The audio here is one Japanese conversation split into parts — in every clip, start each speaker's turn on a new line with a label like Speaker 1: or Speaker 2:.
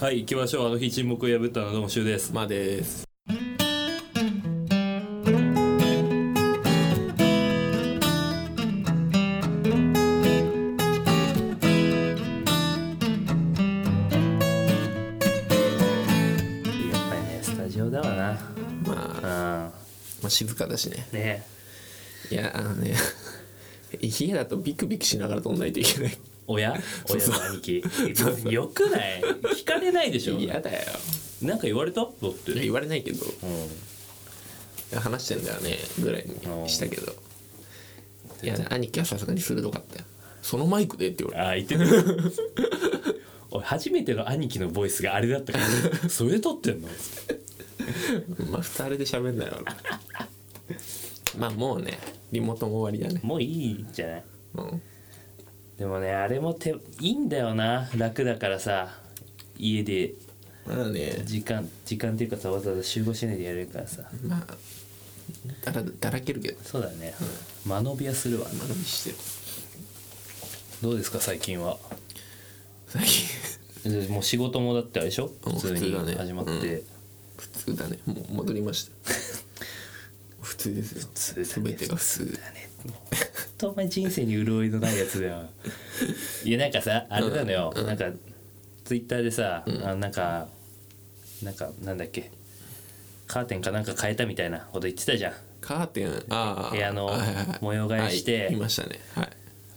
Speaker 1: はい行きましょうあの日沈黙を破ったのどうもしゅうです
Speaker 2: まあです。
Speaker 1: やっぱりねスタジオだわ
Speaker 2: まあ、
Speaker 1: な
Speaker 2: まあ、静かだしね。
Speaker 1: うんね
Speaker 2: いや、あのね、 家だとビクビクしながら撮んないといけない。
Speaker 1: 親
Speaker 2: そう
Speaker 1: 親
Speaker 2: そう
Speaker 1: の兄貴よくない聞かれないでしょ
Speaker 2: 嫌だよ。
Speaker 1: なんか言われただって
Speaker 2: いや言われないけど、
Speaker 1: う
Speaker 2: 話してんだよね、ぐらいにしたけど。いや、兄貴はさすがに鋭かったよ。そのマイクでって言わ
Speaker 1: ん、ああ言って る俺初めての兄貴のボイスがあれだったからそれ撮ってんの
Speaker 2: れて、まあ、普通あれで喋んないわ。 まあ、もうね、リモートも終わりだね。
Speaker 1: もういいんじゃない
Speaker 2: うん。
Speaker 1: でもねあれも手いいんだよな楽だからさ家で
Speaker 2: まあね、
Speaker 1: 時間時間っていうかさわざわざ集合しないでやれるからさ
Speaker 2: まあ、だらだらけるけど、
Speaker 1: そうだね、間延びはするわ
Speaker 2: 間延びしてる。
Speaker 1: どうですか最近は
Speaker 2: 最近、
Speaker 1: でもう仕事もだってあれでしょ
Speaker 2: うん
Speaker 1: 普通に
Speaker 2: 普通だね
Speaker 1: 始まって、
Speaker 2: うん普通だね。もう戻りま した。普通ですよ。
Speaker 1: 普通だ
Speaker 2: 全
Speaker 1: ね
Speaker 2: てが普通。
Speaker 1: だねもうほんとお前人生に潤いのないや つだよいやなんかさあれなのよ、なんかツイッターでさ、あなんかなんかなんだっけカーテンかなんか変えたみたいなこと言ってたじゃん
Speaker 2: カーテン、ああ。
Speaker 1: 部屋の模様替えして
Speaker 2: はいいましたね。はい。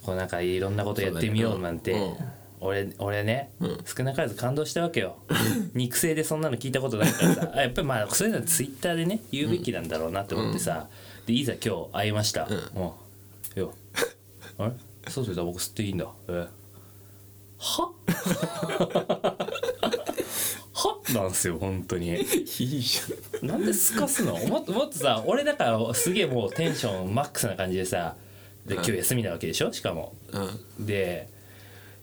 Speaker 1: こうなんかいろんなことやってみようなんて、
Speaker 2: そうだね
Speaker 1: 俺俺ね、
Speaker 2: うん
Speaker 1: 少なからず感動したわ けよ肉声でそんなの聞いたことないからさあやっぱりまあそういうのはツイッターでね言うべきなんだろうなって思ってさ、でいざ今日会いました、も うよあれそうそうタバコ吸っていいんだえは はなんすよ本当に
Speaker 2: いいじ
Speaker 1: なんですかすのもっともっとさ俺だからすげえもうテンションマックスな感じでさで今日休みなわけでしょしかも
Speaker 2: ゃん。うん。
Speaker 1: で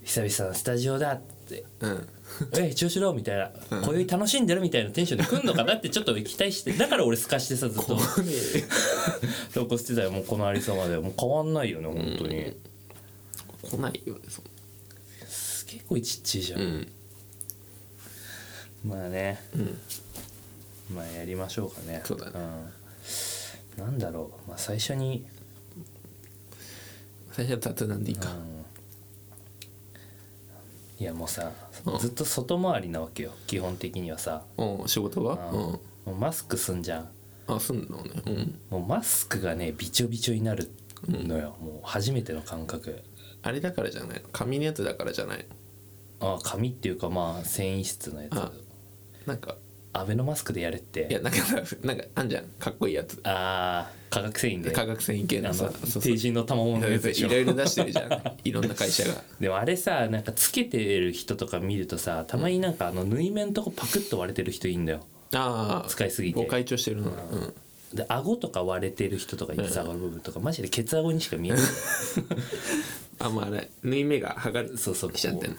Speaker 1: 久々のスタジオだ って
Speaker 2: うん。
Speaker 1: 「え調子どう?」みたいな「今宵楽しんでる?」みたいなテンションで来んのかなってちょっと期待してだから俺すかして さずっと投稿してたよもうこのありさまでもう変わんないよね本当に
Speaker 2: 来ないよね、そん
Speaker 1: すげえ声ちっちゃいじゃん、
Speaker 2: うん。
Speaker 1: まあね、
Speaker 2: ん
Speaker 1: まあやりましょうかね
Speaker 2: そうだね
Speaker 1: うん、なんだろう、まあ、最初に
Speaker 2: 最初は雑談でいいか。
Speaker 1: いやもうさ
Speaker 2: うん
Speaker 1: ずっと外回りなわけよ基本的にはさ
Speaker 2: うん、仕事が
Speaker 1: も
Speaker 2: う
Speaker 1: うマスクすんじゃん
Speaker 2: ん。あ、すんのね。うん。
Speaker 1: もうマスクがねびちょびちょになるのよ、もう初めての感覚
Speaker 2: あれだからじゃないの紙のやつだからじゃないの
Speaker 1: ああ紙っていうかまあ繊維質のや
Speaker 2: あ
Speaker 1: つ
Speaker 2: なんか、
Speaker 1: アベノマスクでやれっ
Speaker 2: いや、
Speaker 1: て
Speaker 2: なんかさ、なんか、あんじゃん。かっこいいやつ。
Speaker 1: ああ化学繊維で
Speaker 2: 化学繊維系
Speaker 1: あ
Speaker 2: の
Speaker 1: の
Speaker 2: さ、そうそう
Speaker 1: 定人の賜物のやつでしょ
Speaker 2: いろいろ出してるじゃん。いろんな会社が。
Speaker 1: でもあれさなんかつけてる人とか見るとさたまになんかあの縫い目のとこパクッと割れてる人いんだよ
Speaker 2: ああ。
Speaker 1: 使いすぎて
Speaker 2: お会長してるのね。うん。
Speaker 1: で顎とか割れてる人とかいてさ顎の部分とかマジでケツ顎にしか見 えない
Speaker 2: あ、もうあれ、縫い目が剥がれ
Speaker 1: そうそう
Speaker 2: しちゃってんの。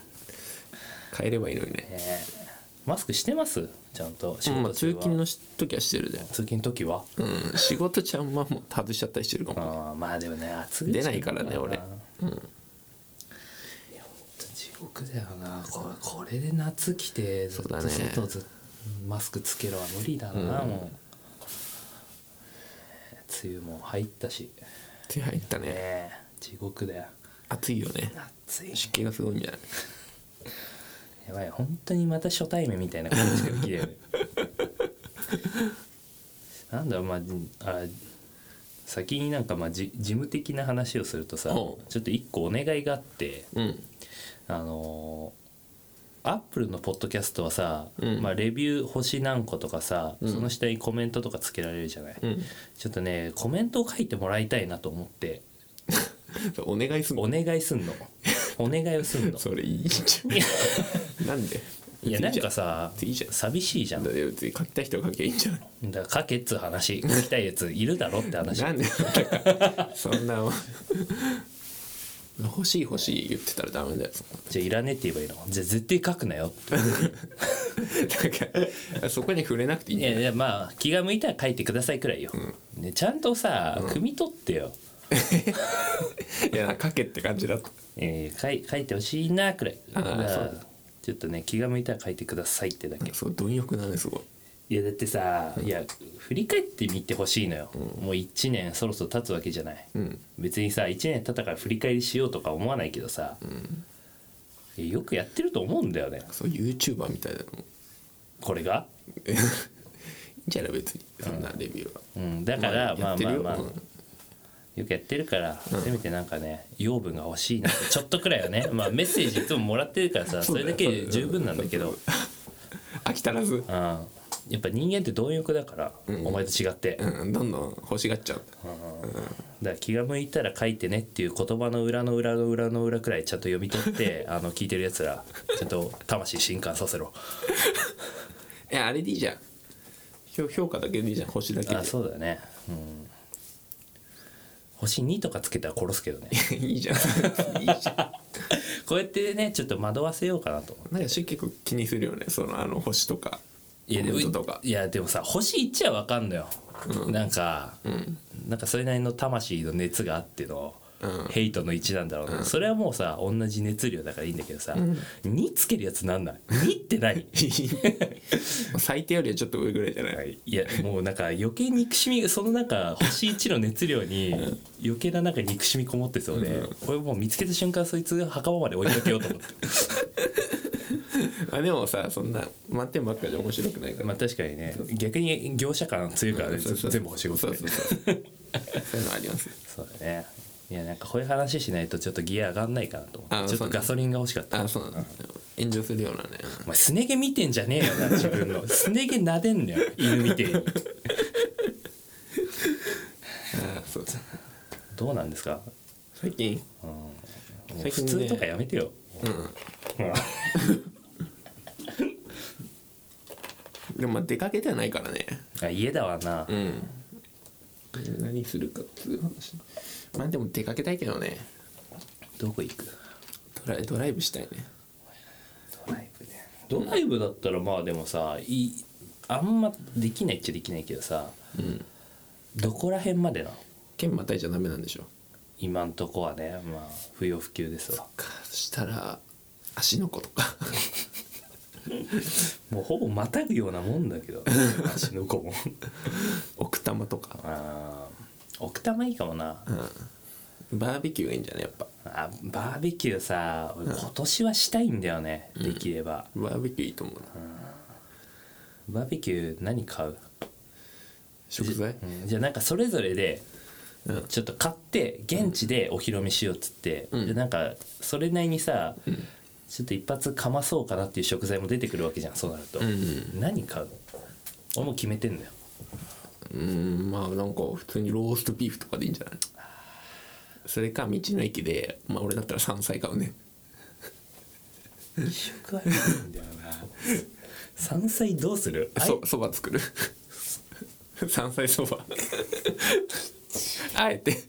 Speaker 2: 変えればいいのにね。
Speaker 1: ええマスクしてますちゃんと仕
Speaker 2: うんま
Speaker 1: 事
Speaker 2: あ、通
Speaker 1: 中は
Speaker 2: 勤のし時はしてるで、
Speaker 1: 通勤の時は
Speaker 2: うん、仕事ちゃんまもう外しちゃったりしてるかも
Speaker 1: あーまあでもね暑い
Speaker 2: 出ないからね俺
Speaker 1: 地獄だよなこれこれで夏来てずっ
Speaker 2: そうだ
Speaker 1: と
Speaker 2: ね
Speaker 1: 外ずっマスクつけろは無理だな、もう梅雨も入ったしね
Speaker 2: 手入ったね
Speaker 1: え地獄だよ
Speaker 2: 暑いよね
Speaker 1: 暑い
Speaker 2: 湿気がすごいんじゃない
Speaker 1: やばい本当にまた初対面みたいな感じしかできない よねなんだろうまあじあ先になんかまあじ事務的な話をするとさちょ
Speaker 2: おう
Speaker 1: っと一個お願いがあって
Speaker 2: うん
Speaker 1: あのアップルのポッドキャストはさ、
Speaker 2: うん
Speaker 1: まあ、レビュー星何個とかさ、その下にコメントとかつけられるじゃない、
Speaker 2: うん
Speaker 1: ちょっとねコメントを書いてもらいたいなと思って
Speaker 2: お願いすん
Speaker 1: お
Speaker 2: の
Speaker 1: 願いす んのお願いをすんの
Speaker 2: それいいじ ゃんなんで
Speaker 1: いや
Speaker 2: 別に
Speaker 1: なん
Speaker 2: じゃ
Speaker 1: かさ
Speaker 2: いいじゃん
Speaker 1: 寂しいじゃん
Speaker 2: だって別に書きたい人が書きゃいいんじゃない
Speaker 1: だから書けっつう話書きたいやついるだろって 話
Speaker 2: なんでなんかそんな欲しい欲しい言ってたらダメだよ
Speaker 1: じゃあいらねえって言えばいいのじゃあ絶対書くなよって
Speaker 2: なんかそこに触れなくていいん
Speaker 1: い
Speaker 2: じゃ
Speaker 1: や
Speaker 2: ない
Speaker 1: いやまあ気が向いたら書いてくださいくらいよ、ね、ちゃんとさ、汲み取ってよ
Speaker 2: いや書けって感じだった
Speaker 1: えー、書い書いてほしいなくらいだから
Speaker 2: そう
Speaker 1: じちょっとね気が向いたら書いてくださいってだけ
Speaker 2: そう貪欲だねすごい
Speaker 1: いやだってさいや振り返ってみてほしいのよ、もう1年そろそろ経つわけじゃない、
Speaker 2: うん
Speaker 1: 別にさ1年経ったから振り返りしようとか思わないけどさ、いやよくやってると思うんだよね
Speaker 2: そう YouTuber みたいだもんい
Speaker 1: これが、
Speaker 2: いんじゃない別にそんなレビューは、
Speaker 1: うん、だからま
Speaker 2: や
Speaker 1: あ
Speaker 2: って
Speaker 1: ま
Speaker 2: る
Speaker 1: あ
Speaker 2: よ
Speaker 1: まあ
Speaker 2: うん
Speaker 1: よくやってるから、せめてなんかね養分が欲しいなってちょっとくらいはねまあメッセージいつももらってるからさ
Speaker 2: そ
Speaker 1: そ
Speaker 2: うだ
Speaker 1: れ
Speaker 2: よ
Speaker 1: だけで十分なんだけど、
Speaker 2: 飽き足らず
Speaker 1: うん、やっぱ人間って貪欲だから、お前と違って、だか
Speaker 2: うんどんどん欲しがっちゃう
Speaker 1: ら気が向いたら書いてねっていう言葉の裏の裏の裏の裏くらいちゃんと読み取って あの聞いてるやつらちゃんと魂震撼させろ
Speaker 2: えあれでいいじゃん評評価だけでいいじゃん星だけ
Speaker 1: あそうだねうん星2とかつけたら殺すけどね
Speaker 2: でいいじゃんいいじゃん
Speaker 1: こうやってねちょっと惑わせようかなと思って
Speaker 2: なんかし結構気にするよねそのあの星とか
Speaker 1: いや
Speaker 2: コ
Speaker 1: でも
Speaker 2: メントとか
Speaker 1: いやでもさ星1はわかんのよ、なんか、なんかそれなりの魂の熱があっての、
Speaker 2: うん
Speaker 1: ヘイトの1なんだろうな、それはもうさ同じ熱量だからいいんだけどさ、2つけるやつなんない2って 何
Speaker 2: 最低よりはちょっと上ぐらいじゃない、
Speaker 1: いやもうなんか余計憎しみそのなんか星1の熱量に余計ななんか憎しみこもってそうで、これもう見つけた瞬間そいつ墓場まで追いかけようと思って
Speaker 2: あでもさそんな満点ばっかじゃ面白くないから、
Speaker 1: まあ確かにね逆に業者感強いからね
Speaker 2: そうそう
Speaker 1: 全部星5つ
Speaker 2: そうそう そうそういうのあります
Speaker 1: そうだねいやなんかこういう話しないとちょっとギア上がんないかなと思
Speaker 2: あ
Speaker 1: ってちょ
Speaker 2: そ
Speaker 1: っ
Speaker 2: う
Speaker 1: と
Speaker 2: ね
Speaker 1: ガソリンが欲しかった
Speaker 2: あそうなの炎上するようなね
Speaker 1: お前すね毛見てんじゃねえよな自分のすね毛撫でんのよ犬 みてえに
Speaker 2: あそう
Speaker 1: どうなんですか
Speaker 2: 最近
Speaker 1: もう
Speaker 2: 最
Speaker 1: 普
Speaker 2: 近ね
Speaker 1: 通とかやめてよ、
Speaker 2: でもまあ出かけてはないからね
Speaker 1: あ家だわな、
Speaker 2: うん何するかっていう話まあでも出かけたいけどね
Speaker 1: どこ行く
Speaker 2: ドライドライブしたいね
Speaker 1: ドライブねドライブだったらまあでもさいいあんまできないっちゃできないけどさ、どこら辺までなの
Speaker 2: 県またいじゃダメなんでしょ
Speaker 1: 今んとこはねまあ不要不急ですわ
Speaker 2: かそしたら足の子とか
Speaker 1: もうほぼまたぐようなもん だけど足の子も
Speaker 2: 奥多摩とか、
Speaker 1: あー奥多摩いいかもな、
Speaker 2: うん、バーベキューがいいんじゃないやっぱ
Speaker 1: あバーベキューさ俺今年はしたいんだよね、できれば
Speaker 2: バーベキューいいと思うな
Speaker 1: バーベキュー何買う、
Speaker 2: 食材
Speaker 1: うんじゃあなんかそれぞれで
Speaker 2: うん
Speaker 1: ちょっと買って現地でお披露目しようっつって、でなんかそれなりにさ、ちょっと一発かまそうかなっていう食材も出てくるわけじゃんそうなると、
Speaker 2: ん
Speaker 1: 何買う俺もう決めてんだよ
Speaker 2: うんまあなんか普通にローストビーフとかでいいんじゃないそれか道の駅でまあ俺だったら山菜買うね
Speaker 1: 食はいいんだよ な山菜どうするあい
Speaker 2: そそば作る 山菜そば あえて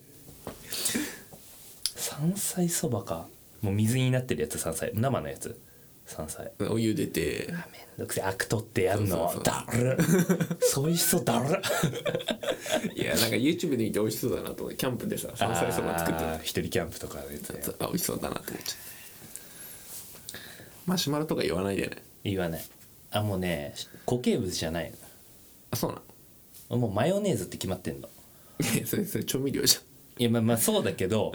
Speaker 1: 山菜そばかもう水になってるやつ山菜生のやつ山菜
Speaker 2: お湯出て
Speaker 1: めんどくせえアク取ってやんの
Speaker 2: そうそう
Speaker 1: だるそういう人だる
Speaker 2: いやなんか YouTube で見て美味しそうだなと思ってキャンプでさ 山菜そば作って
Speaker 1: あー一人キャンプとかのやつね
Speaker 2: たあ美味しそうだなと思っちゃうマシュマロとか言わないでね
Speaker 1: 言わないあもうね固形物じゃない
Speaker 2: あそうなの
Speaker 1: もうマヨネーズって決まってんの
Speaker 2: い やそれそれ調味料じ
Speaker 1: いやまあまあそうだけど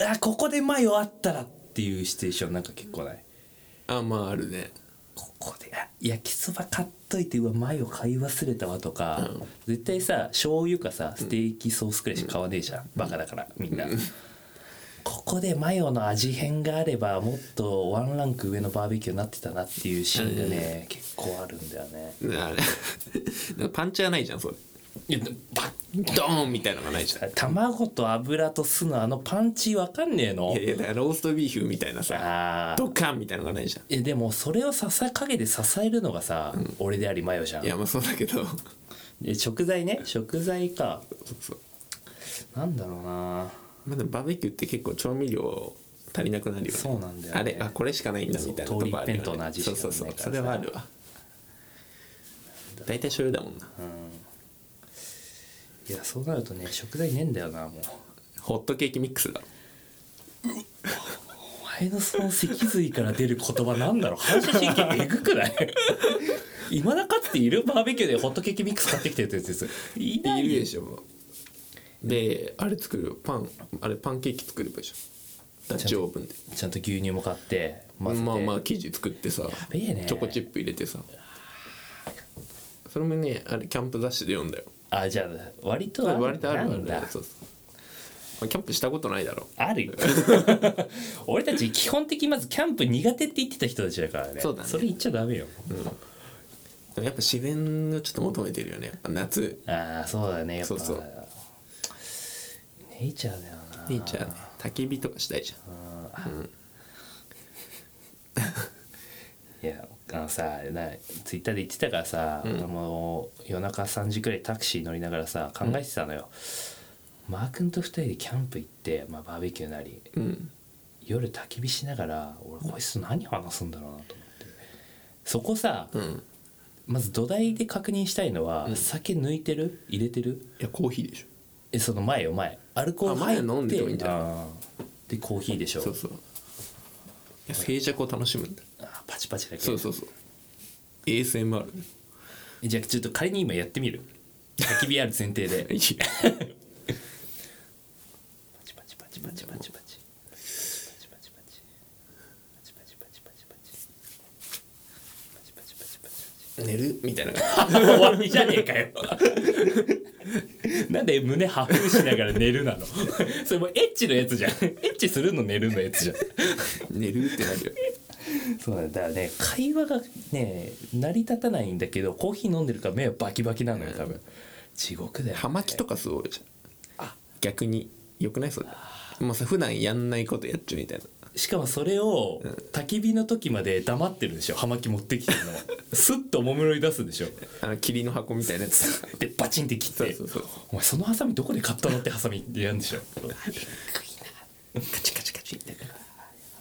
Speaker 1: あここでマヨあったらっていうシチュエーションなんか結構ない
Speaker 2: ゃんあまああるね
Speaker 1: ここであ焼きそば買っといてうわマヨ買い忘れたわとか、絶対さ醤油かさステーキソースくらいしか買わねえじゃん、バカだからみんな、ここでマヨの味変があればもっとワンランク上のバーベキューになってたなっていうシーンがね、結構あるんだよね
Speaker 2: だからね だからパンチはないじゃんそれ
Speaker 1: いやパ
Speaker 2: ドーンみたいなのがないじゃん
Speaker 1: 卵と油と酢のあのパンチわかんねえの
Speaker 2: いやいやだからローストビーフみたいなさ
Speaker 1: あー
Speaker 2: ドカンみたいなのがないじゃん
Speaker 1: えでもそれを支え陰で支えるのがさ、俺でありマヨじゃん
Speaker 2: いやまあそうだけどそう
Speaker 1: で食材ね食材か
Speaker 2: そう
Speaker 1: なんだろうな
Speaker 2: まあでもバーベキューって結構調味料足りなくなるよね
Speaker 1: そうなんだよね
Speaker 2: あれあこれしかないんだみたいな
Speaker 1: そう
Speaker 2: とこあるよね
Speaker 1: 通り一辺倒の味しか
Speaker 2: そう
Speaker 1: ない
Speaker 2: そうそう
Speaker 1: からさ
Speaker 2: それはあるわ大体醤油だもんな、
Speaker 1: いやそうなるとね食材ねえんだよなもう
Speaker 2: ホットケーキミックスだ
Speaker 1: お前前のその脊髄から出る言葉なんだろう反射神経えぐ くない今だかつているバーベキューでホットケーキミックス買ってきてるってやつですいないい
Speaker 2: る
Speaker 1: よ
Speaker 2: でしょもうであれ作るパンあれパンケーキ作ればいいじゃんダッチオーブンで
Speaker 1: ちゃんと牛乳も買って混ぜて
Speaker 2: まあまあ生地作ってさ
Speaker 1: べえね
Speaker 2: チョコチップ入れてさそれもねあれキャンプ雑誌で読んだよ
Speaker 1: あじゃあ割とあ
Speaker 2: 割とあるあ
Speaker 1: なん
Speaker 2: る
Speaker 1: だ
Speaker 2: そうそうまあキャンプしたことないだろ
Speaker 1: あるよ俺たち基本的にまずキャンプ苦手って言ってた人たちだからね
Speaker 2: そうだね
Speaker 1: れ言っちゃダメよ、
Speaker 2: でもやっぱ自然をちょっと求めてるよねやっぱ夏
Speaker 1: ああそうだねやっ
Speaker 2: そ
Speaker 1: ぱ
Speaker 2: うそう
Speaker 1: ネイチャーだよな
Speaker 2: ネイチャーね焚き火とかしたいじゃん
Speaker 1: いやあのさなツイッターで言ってたからさ、あの夜中3時くらいタクシー乗りながらさ考えてたのよ、マー君と2人でキャンプ行って、まあ、バーベキューなり
Speaker 2: うん
Speaker 1: 夜焚き火しながら俺こいつと何話すんだろうなと思ってそこさ、
Speaker 2: うん
Speaker 1: まず土台で確認したいのは、酒抜いてる入れてる
Speaker 2: いやコーヒーでしょ
Speaker 1: えその前よ前アルコール
Speaker 2: あ前
Speaker 1: 入って
Speaker 2: 飲んでてもいいんじゃない
Speaker 1: あーでコーヒーでしょ
Speaker 2: そうそういや静寂を楽しむんだ
Speaker 1: あーパチパチだけ
Speaker 2: そうそうそう ASMR ね
Speaker 1: じゃあちょっと仮に今やってみる焚き火ある前提でパチ パチパチパチパチパチパチパチパチパチパチパチパチパチパチパチパチパチパチ
Speaker 2: 寝るみた いな
Speaker 1: 終わりじゃねえか よなんで胸破風しながら寝るなの それもうエッチのやつじゃんエッチするの寝るのやつじゃん
Speaker 2: 寝るってなるよ
Speaker 1: そうなんだからね会話がね成り立たないんだけどコーヒー飲んでるから目はバキバキなのよ多分地獄だよ
Speaker 2: 葉巻とかすごいじゃんあ逆によくないそれもうさ普段やんないことやっちゃうみたいな
Speaker 1: しかもそれを焚き火の時まで黙ってるでしょ葉巻持ってきて るのスッとおもむろに出すでしょ
Speaker 2: あの霧の箱みたいなやつ
Speaker 1: でバチンって切って
Speaker 2: そうそうそう
Speaker 1: お前そのハサミどこで買ったのってハサミでやるんでしょ
Speaker 2: カチカチカチって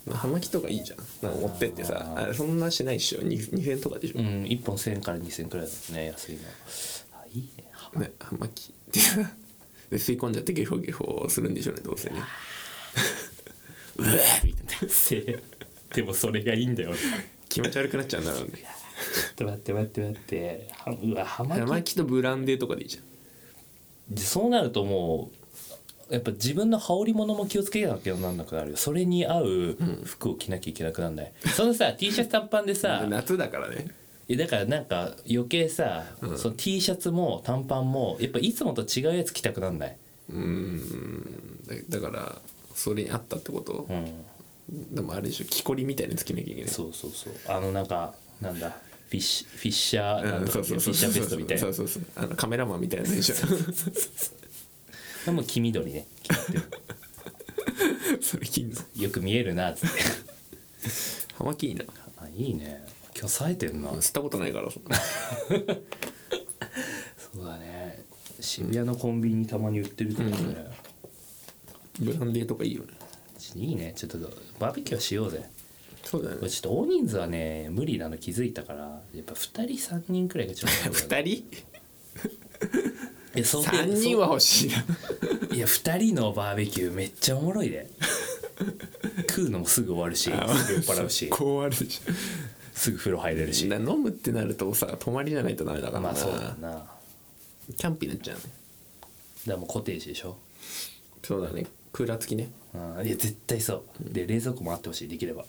Speaker 2: まあ葉巻とかいいじゃんなんか持ってってさあそんなしないっしょ 2, 千とかでしょ
Speaker 1: う、ん1本1000円から2000円くらいだもんね安いのあいいね葉
Speaker 2: ね、葉巻って さで吸い込んじゃってゲホゲホするんでしょうねどうせねうわーみたいな
Speaker 1: 巻せえでもそれがいいんだよ
Speaker 2: 気持ち悪くなっちゃうんだろうね
Speaker 1: ちょっと待って待って待ってはうわ葉
Speaker 2: 葉
Speaker 1: 巻
Speaker 2: 巻とブランデーとかでいいじゃん
Speaker 1: でそうなるともうやっぱ自分の羽織物も気をつけなきゃなんなくなるよそれに合う服を着なきゃいけなくなんない、そのさ T シャツ短パンでさ
Speaker 2: 夏だからね
Speaker 1: えだからなんか余計さ、その T シャツも短パンもやっぱいつもと違うやつ着たくなんない、
Speaker 2: うーんだだからそれに合ったってこと、
Speaker 1: うん、
Speaker 2: でもあれでしょ木こりみたいにつけなきゃいけない
Speaker 1: そうそうそうあのなんかなんだフィッシュフィッシャー
Speaker 2: う
Speaker 1: なんんと
Speaker 2: そ
Speaker 1: か
Speaker 2: う
Speaker 1: フ
Speaker 2: そ
Speaker 1: ィ
Speaker 2: うそ
Speaker 1: ッ
Speaker 2: う
Speaker 1: シ
Speaker 2: そうそ
Speaker 1: ャーベ
Speaker 2: う
Speaker 1: ストみたいな
Speaker 2: そうそうそうあのカメラマンみたいなやつでしょ
Speaker 1: でも黄緑ね着てる
Speaker 2: それ金の
Speaker 1: よく見えるなっつ って
Speaker 2: 葉巻いいな
Speaker 1: あいいね今日冴えてんな
Speaker 2: 吸ったことないからそんな
Speaker 1: そうだね渋谷のコンビニにたまに売ってるけどね、
Speaker 2: ブランデーとかいいよね
Speaker 1: いいねちょっとバーベキューしようぜ
Speaker 2: そうだよ
Speaker 1: これちょっと大人数はね無理なの気づいたからやっぱ2人3人くらいがちょっと
Speaker 2: 2人
Speaker 1: いや想定
Speaker 2: 3人は欲しいない
Speaker 1: や2人のバーベキューめっちゃおもろい で食うのもすぐ終わるしすぐ酔っ払うし
Speaker 2: こうあるでし
Speaker 1: すぐ風呂入れる
Speaker 2: ょ
Speaker 1: し
Speaker 2: な飲むってなるとさ泊まりじゃないとダメだからな、
Speaker 1: まあそうだなだか
Speaker 2: キャンプになっちゃうね
Speaker 1: らもうコテージでしょ、
Speaker 2: そうだねクーラー付きね
Speaker 1: うん、いや絶対そうで冷蔵庫もあってほしいできれば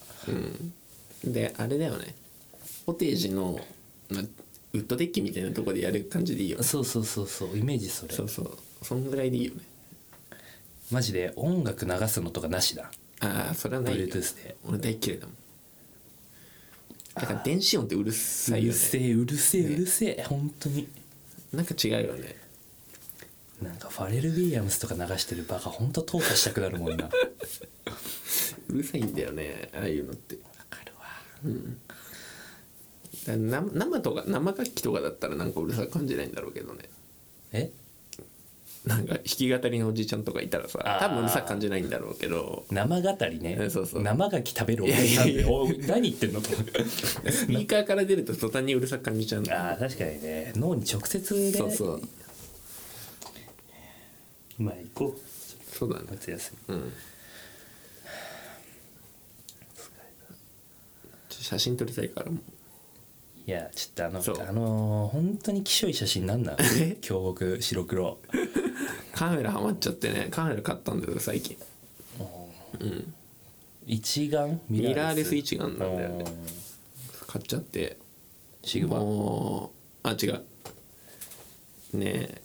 Speaker 2: であれだよねコテージのまウッドデッキみたいなとこでやる感じでいいよ
Speaker 1: そうそうそうそうイメージそれ
Speaker 2: そうそうそんぐらいでいいよね
Speaker 1: マジで音楽流すのとかなしだ
Speaker 2: ああそれはない
Speaker 1: Bluetooth で
Speaker 2: 俺大っ嫌いだもんだから電子音ってうるさ
Speaker 1: う
Speaker 2: いよね
Speaker 1: るせえうるせえうるせえ本当に
Speaker 2: なんか違うよね
Speaker 1: なんかファレル・ウィリアムスとか流してるバカ本当淘汰したくなるも んなわ
Speaker 2: うるさいんだよねああいうのって
Speaker 1: かるわ
Speaker 2: だな生とか生楽器とかだったらなんかうるさく感じないんだろうけどね
Speaker 1: え
Speaker 2: なんか弾き語りのおじちゃんとかいたらさ
Speaker 1: あー
Speaker 2: 多分うるさく感じないんだろうけど
Speaker 1: 生語りね
Speaker 2: えそうそう
Speaker 1: 生ガキ食べるおじさん
Speaker 2: いやいや
Speaker 1: で
Speaker 2: いや
Speaker 1: お何言ってん のと思って
Speaker 2: スピーカーから出ると途端にうるさく感じちゃうんだ
Speaker 1: ああ確かにね脳に直接で
Speaker 2: そうそう
Speaker 1: まあ行こう
Speaker 2: そうだね
Speaker 1: 夏休み
Speaker 2: うん写真撮りたいからもう
Speaker 1: いやちょっと
Speaker 2: そ
Speaker 1: あ
Speaker 2: う
Speaker 1: のあのー本当にきしょい写真なんなん
Speaker 2: え
Speaker 1: 京極白黒
Speaker 2: カメラハマっちゃってねカメラ買ったんだけど最近
Speaker 1: 一眼ミ
Speaker 2: ミ
Speaker 1: ラ
Speaker 2: ラ
Speaker 1: ー
Speaker 2: ー
Speaker 1: レ
Speaker 2: レ
Speaker 1: ス
Speaker 2: ス一眼なんだよね
Speaker 1: うん
Speaker 2: 買っちゃって
Speaker 1: シグマ
Speaker 2: もうあ違うねえ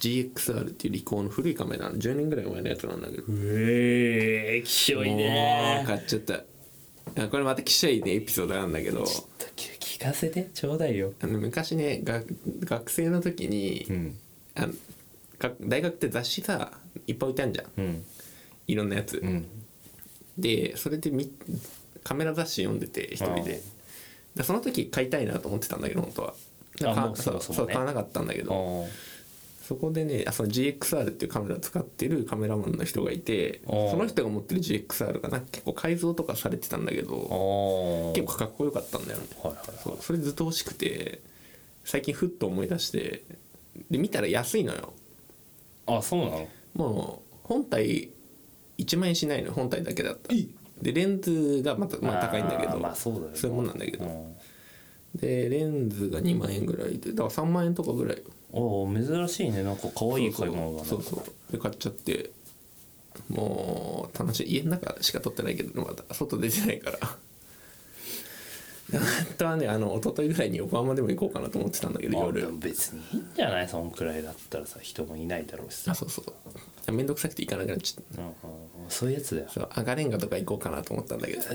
Speaker 2: GXR っていうリコーの古いカメラなの10年ぐらい前のやつなんだけど
Speaker 1: うえーきしょい
Speaker 2: もう
Speaker 1: ね
Speaker 2: 買っちゃったあこれまたきしょいねエピソードなんだけど
Speaker 1: 聞かせてちょうだいよ
Speaker 2: あの昔ねが学生の時に、
Speaker 1: うん
Speaker 2: あのが大学って雑誌さいっぱい置いてあるじゃん
Speaker 1: うん
Speaker 2: いろんなやつ、
Speaker 1: うん
Speaker 2: でそれでみカメラ雑誌読んでて一人
Speaker 1: あ
Speaker 2: ででその時買いたいなと思ってたんだけど本当は
Speaker 1: あ
Speaker 2: か
Speaker 1: もうそもそもね
Speaker 2: う買わなかったんだけ
Speaker 1: あ
Speaker 2: ど
Speaker 1: ー
Speaker 2: そこでねあその GXR っていうカメラ使ってるカメラマンの人がいて
Speaker 1: あー
Speaker 2: その人が持ってる GXR がなんか結構改造とかされてたんだけ
Speaker 1: あ
Speaker 2: ど
Speaker 1: ー
Speaker 2: 結構かっこよかったんだよね
Speaker 1: はいはい
Speaker 2: そうそれずっと欲しくて最近ふっと思い出してで見たら安いのよ
Speaker 1: あそうなの
Speaker 2: もう本体1万円しないの本体だけだったでレンズがまた、まあ、高いんだけ
Speaker 1: あ
Speaker 2: ど
Speaker 1: ーまあそうだよね
Speaker 2: いうもんなんだけ
Speaker 1: う
Speaker 2: ど
Speaker 1: ん
Speaker 2: でレンズが2万円ぐらいでだから3万円とかぐらい
Speaker 1: おー珍しいねなんか可愛い買い物だね
Speaker 2: そうそうで買っちゃってもう楽しい家の中しか撮ってないけどまた外出てないから で本当はねあの一昨日ぐらいに横浜でも行こうかなと思ってたんだけど
Speaker 1: あで
Speaker 2: 夜
Speaker 1: も別にいいんじゃないそんくらいだったらさ人もいないだろうし
Speaker 2: あそ
Speaker 1: さ、
Speaker 2: うそう面倒くさくて行かなくなっちゃっ
Speaker 1: うんうんうん、そういうやつだよ
Speaker 2: たそう赤レンガとか行こうかなと思ったんだけど
Speaker 1: うわ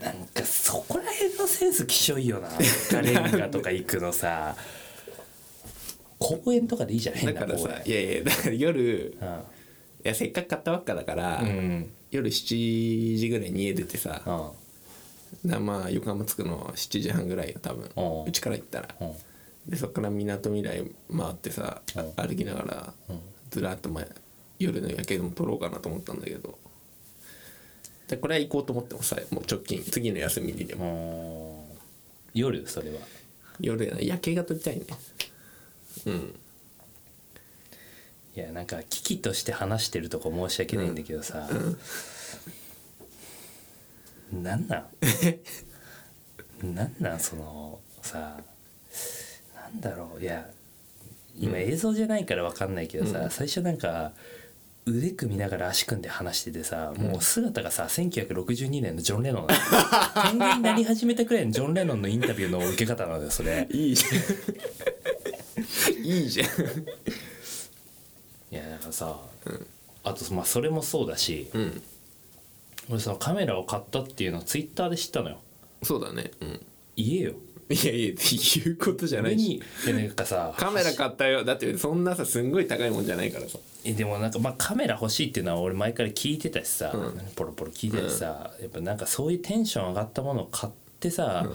Speaker 1: なんかそこら辺のセンスきしょいよなガレンガとか行くの さ公園とかでいいじゃん変
Speaker 2: だ
Speaker 1: な
Speaker 2: か
Speaker 1: 公
Speaker 2: ら
Speaker 1: 園
Speaker 2: さいやいやだから夜
Speaker 1: うん
Speaker 2: いやせっかく買ったばっかだから、
Speaker 1: うん
Speaker 2: 夜7時ぐらいに家出てさ、
Speaker 1: うん
Speaker 2: なまあ横浜着くの7時半ぐらいよ多分
Speaker 1: うん
Speaker 2: うちから行ったら
Speaker 1: うん
Speaker 2: でそっからみなとみらい回ってさあ
Speaker 1: うん
Speaker 2: 歩きながらずらっと前夜の夜景でも撮ろうかなと思ったんだけどでこれは行こうと思ってもさもう直近次の休みにでも
Speaker 1: うん夜それは
Speaker 2: 夜やな夜景が撮りたいねうん
Speaker 1: いやなんか危機として話してるとこ申し訳ないんだけどさ、なんなんなんなんそのさなんだろういや今映像じゃないから分かんないけどさ、最初なんか腕組みながら足組んで話しててさ、もう姿がさ1962年のジョン・レノンなの天狗になり始めたくらいのジョン・レノンのインタビューの受け方なのよそれ
Speaker 2: いいじゃん いいじゃん
Speaker 1: いやなんかさ、あとまあそれもそうだし、
Speaker 2: うん
Speaker 1: 俺そのカメラを買ったっていうのをツイッターで知ったのよ
Speaker 2: そうだねうん
Speaker 1: 言えよ
Speaker 2: いやいやっていうことじゃな
Speaker 1: 俺
Speaker 2: いし
Speaker 1: にでなんかさ
Speaker 2: カメラ買ったよだってそんなさすんごい高いもんじゃないからさ
Speaker 1: えでもなんかまあカメラ欲しいっていうのは俺前から聞いてたしさ、ポロポロ聞いてたしさ、やっぱなんかそういうテンション上がったものを買ってさ、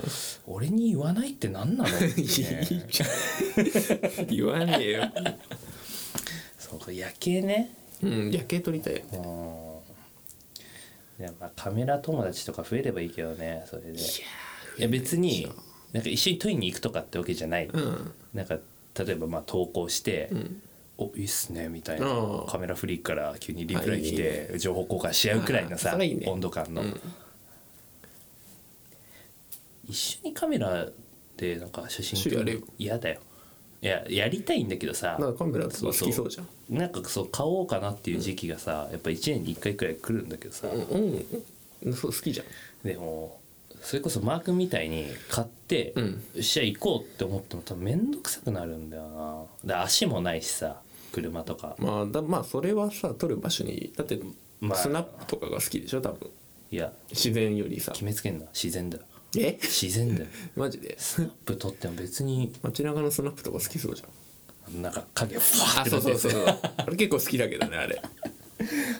Speaker 1: 俺に言わないって何なのっ て
Speaker 2: いい
Speaker 1: ね
Speaker 2: じゃん 言わねえよ
Speaker 1: そうか夜景ね
Speaker 2: うん夜景撮りたい
Speaker 1: うんいやまあカメラ友達とか増えればいいけどねそれでいや別になんか一緒に撮りに行くとかってわけじゃない、
Speaker 2: うん
Speaker 1: なんか例えばまあ投稿して「おいいっすね」みたいな
Speaker 2: うん
Speaker 1: カメラフリーから急にリプライ来
Speaker 2: あい
Speaker 1: て情報交換し合うくらいの
Speaker 2: あ
Speaker 1: さ
Speaker 2: それいいね
Speaker 1: 温度感の、一緒にカメラでなんか写真撮
Speaker 2: 一緒やれ
Speaker 1: る
Speaker 2: よ
Speaker 1: の嫌だよいややりたいんだけどさ
Speaker 2: なんかカメラとか好きそうじゃん
Speaker 1: なんかそう買おうかなっていう時期がさやっぱ1年に1回くらい来るんだけどさ、
Speaker 2: うん、うん、そう好きじゃん
Speaker 1: でもそれこそマー君みたいに買って、
Speaker 2: うん
Speaker 1: よっしゃ行こうって思っても多分面倒くさくなるんだよなだから足もないしさ車とか
Speaker 2: まあだまあそれはさ撮る場所にだって、
Speaker 1: まあ
Speaker 2: スナップとかが好きでしょ多分
Speaker 1: いや
Speaker 2: 自然よりさ
Speaker 1: 決めつけんな自然だ
Speaker 2: え
Speaker 1: 自然だよ
Speaker 2: マジで
Speaker 1: スナップ撮っても別に
Speaker 2: 街中のスナップとか好きそうじゃん
Speaker 1: なんか影ファーってなって
Speaker 2: うそうあれ結構好きだけどねあれ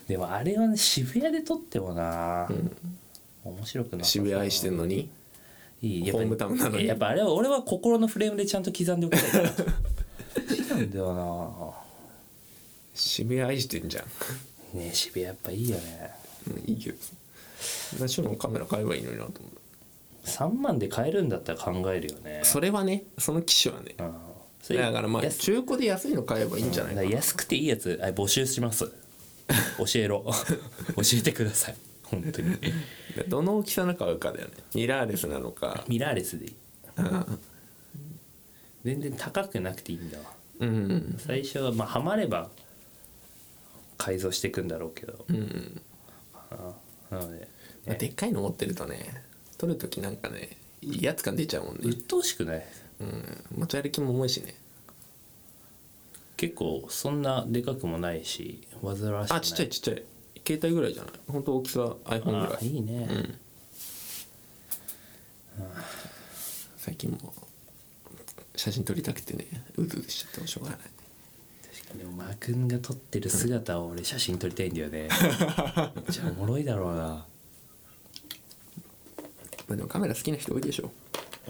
Speaker 1: でもあれはね渋谷で撮ってもな、面白くな
Speaker 2: 渋谷愛してんのに
Speaker 1: いいやっぱ
Speaker 2: ホームタウンなのに
Speaker 1: やっぱあれは俺は心のフレームでちゃんと刻んでおきたいから 違うんだよ
Speaker 2: 渋谷愛してんじゃん
Speaker 1: なねえ渋谷やっぱいいよね
Speaker 2: うんいいけどさ私もカメラ買えばいいのになと思う
Speaker 1: 3万で買えるんだったら考えるよね
Speaker 2: それはねその機種はね
Speaker 1: うんそれ
Speaker 2: だからまあ
Speaker 1: 安
Speaker 2: 中古で安いの買えばいいんじゃない
Speaker 1: だから安くていいやつあ募集します教えろ教えてください本当に
Speaker 2: でどの大きさの買うかだよねミラーレスなのか
Speaker 1: ミラーレスでいい
Speaker 2: うん
Speaker 1: 全然高くなくていいんだわ
Speaker 2: うん
Speaker 1: 最初はまあハマれば改造していくんだろうけど
Speaker 2: うん
Speaker 1: なので
Speaker 2: まあでっかいの持ってるとね撮る時なんかね威圧感出ちゃうもんね
Speaker 1: 鬱陶しくない
Speaker 2: うん持ち歩きも重いしね
Speaker 1: 結構そんなでかくもないし煩わしくない
Speaker 2: あちっちゃいちっちゃい携帯ぐらいじゃない本当大きさ iPhone ぐら
Speaker 1: あ
Speaker 2: い
Speaker 1: いいね、
Speaker 2: うん最近も写真撮りたくてねうずうずしちゃってもしょうがない
Speaker 1: 確かにでもマー君が撮ってる姿を俺写真撮りたいんだ よねめっちゃおもろいだろうな
Speaker 2: まあでもカメラ好きな人多いでしょ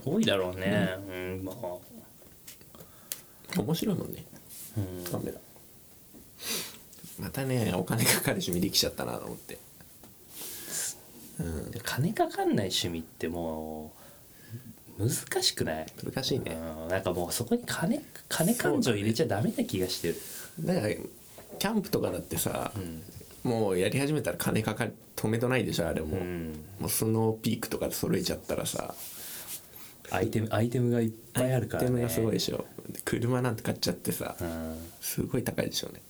Speaker 1: 多いだろうねうん、まあ
Speaker 2: 面白いもんね
Speaker 1: うん
Speaker 2: カメラまたねお金かかる趣味できちゃったなと思ってうん
Speaker 1: で金かかんない趣味ってもう難しくない
Speaker 2: 難しいね
Speaker 1: うんなんかもうそこに金金感情入れちゃダメな気がしてる、
Speaker 2: だからキャンプとかだってさ、
Speaker 1: ん
Speaker 2: もうやり始めたら金かかる止めどないでしょあれも、
Speaker 1: うん、
Speaker 2: もうスノーピークとかで揃えちゃったらさ
Speaker 1: アイテムアイテムがいっぱいあるからね
Speaker 2: 手間がすごいでしょで車なんて買っちゃってさ、
Speaker 1: うん
Speaker 2: すごい高いでしょうね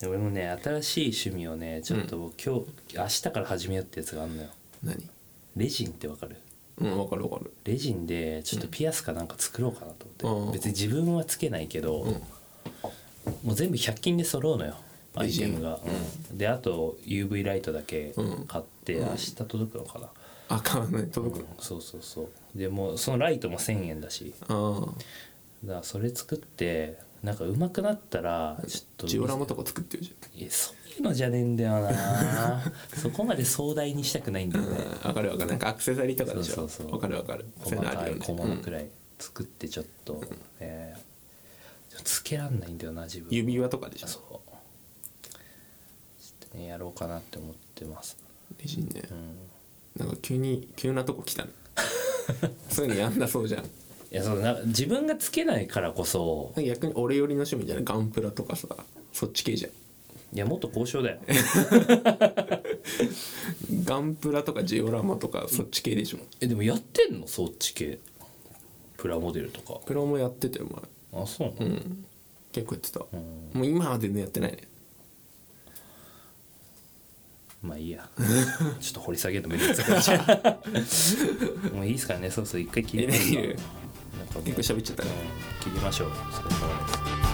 Speaker 1: で俺もね新しい趣味をねちょっと僕今日、明日から始めようってやつがあるのよ
Speaker 2: 何
Speaker 1: レジンってわかる
Speaker 2: うんわかるわかる
Speaker 1: レジンでちょっとピアスかなんか作ろうかなと思
Speaker 2: う
Speaker 1: って、
Speaker 2: ん
Speaker 1: 別に自分はつけないけど、
Speaker 2: うん
Speaker 1: もう全部100均で揃うのよア
Speaker 2: レ
Speaker 1: イ
Speaker 2: ジ
Speaker 1: テ
Speaker 2: ン
Speaker 1: ムが、うんであと UV ライトだけ
Speaker 2: うん
Speaker 1: 買って、明日届くのかな、
Speaker 2: あ買わない届くの、
Speaker 1: そうそうそうでもうそのライトも1,000円だし
Speaker 2: あ
Speaker 1: だからそれ作ってなんか上手くなったらちょっ
Speaker 2: あ
Speaker 1: と
Speaker 2: ジオラマとか作ってるじ
Speaker 1: いやそういうのじゃねえんだよ なそこまで壮大にしたくないんだよ
Speaker 2: ゃん、
Speaker 1: ね
Speaker 2: うん、わかるわかるなんかアクセサリーとかでしょ
Speaker 1: そうそうそう
Speaker 2: わかるわかる
Speaker 1: 細
Speaker 2: そういうのあ
Speaker 1: か
Speaker 2: る
Speaker 1: い
Speaker 2: よね
Speaker 1: 小物くらい作ってちょっと、えーちょっとつけらんないんだよな自分
Speaker 2: 指輪とかでしょ
Speaker 1: そうちょっとねやろうかなって思ってます
Speaker 2: レジンね、
Speaker 1: う
Speaker 2: な
Speaker 1: ん
Speaker 2: んか急に急なとこ来 たねそういうのやんなそうじゃん
Speaker 1: いやそうなんか自分がつけないからこそ
Speaker 2: 逆に俺寄りの趣味じゃないガンプラとかさそっち系じゃ
Speaker 1: いやもっと交渉だよ
Speaker 2: んガンプラとかジオラマとかそっち系でしょ
Speaker 1: えでもやってんのそっち系プラモデルとか
Speaker 2: プロもやってたよ前
Speaker 1: あそうなの、
Speaker 2: うん結構やってた
Speaker 1: ん
Speaker 2: もう今は全然やってないね
Speaker 1: まあいいやちょっと掘り下げるのめんどくさくなっちゃ うもういいですからねそうそう一回切りましょう
Speaker 2: え
Speaker 1: なんかもう
Speaker 2: 結構喋っちゃったね
Speaker 1: うん切りましょうそれからです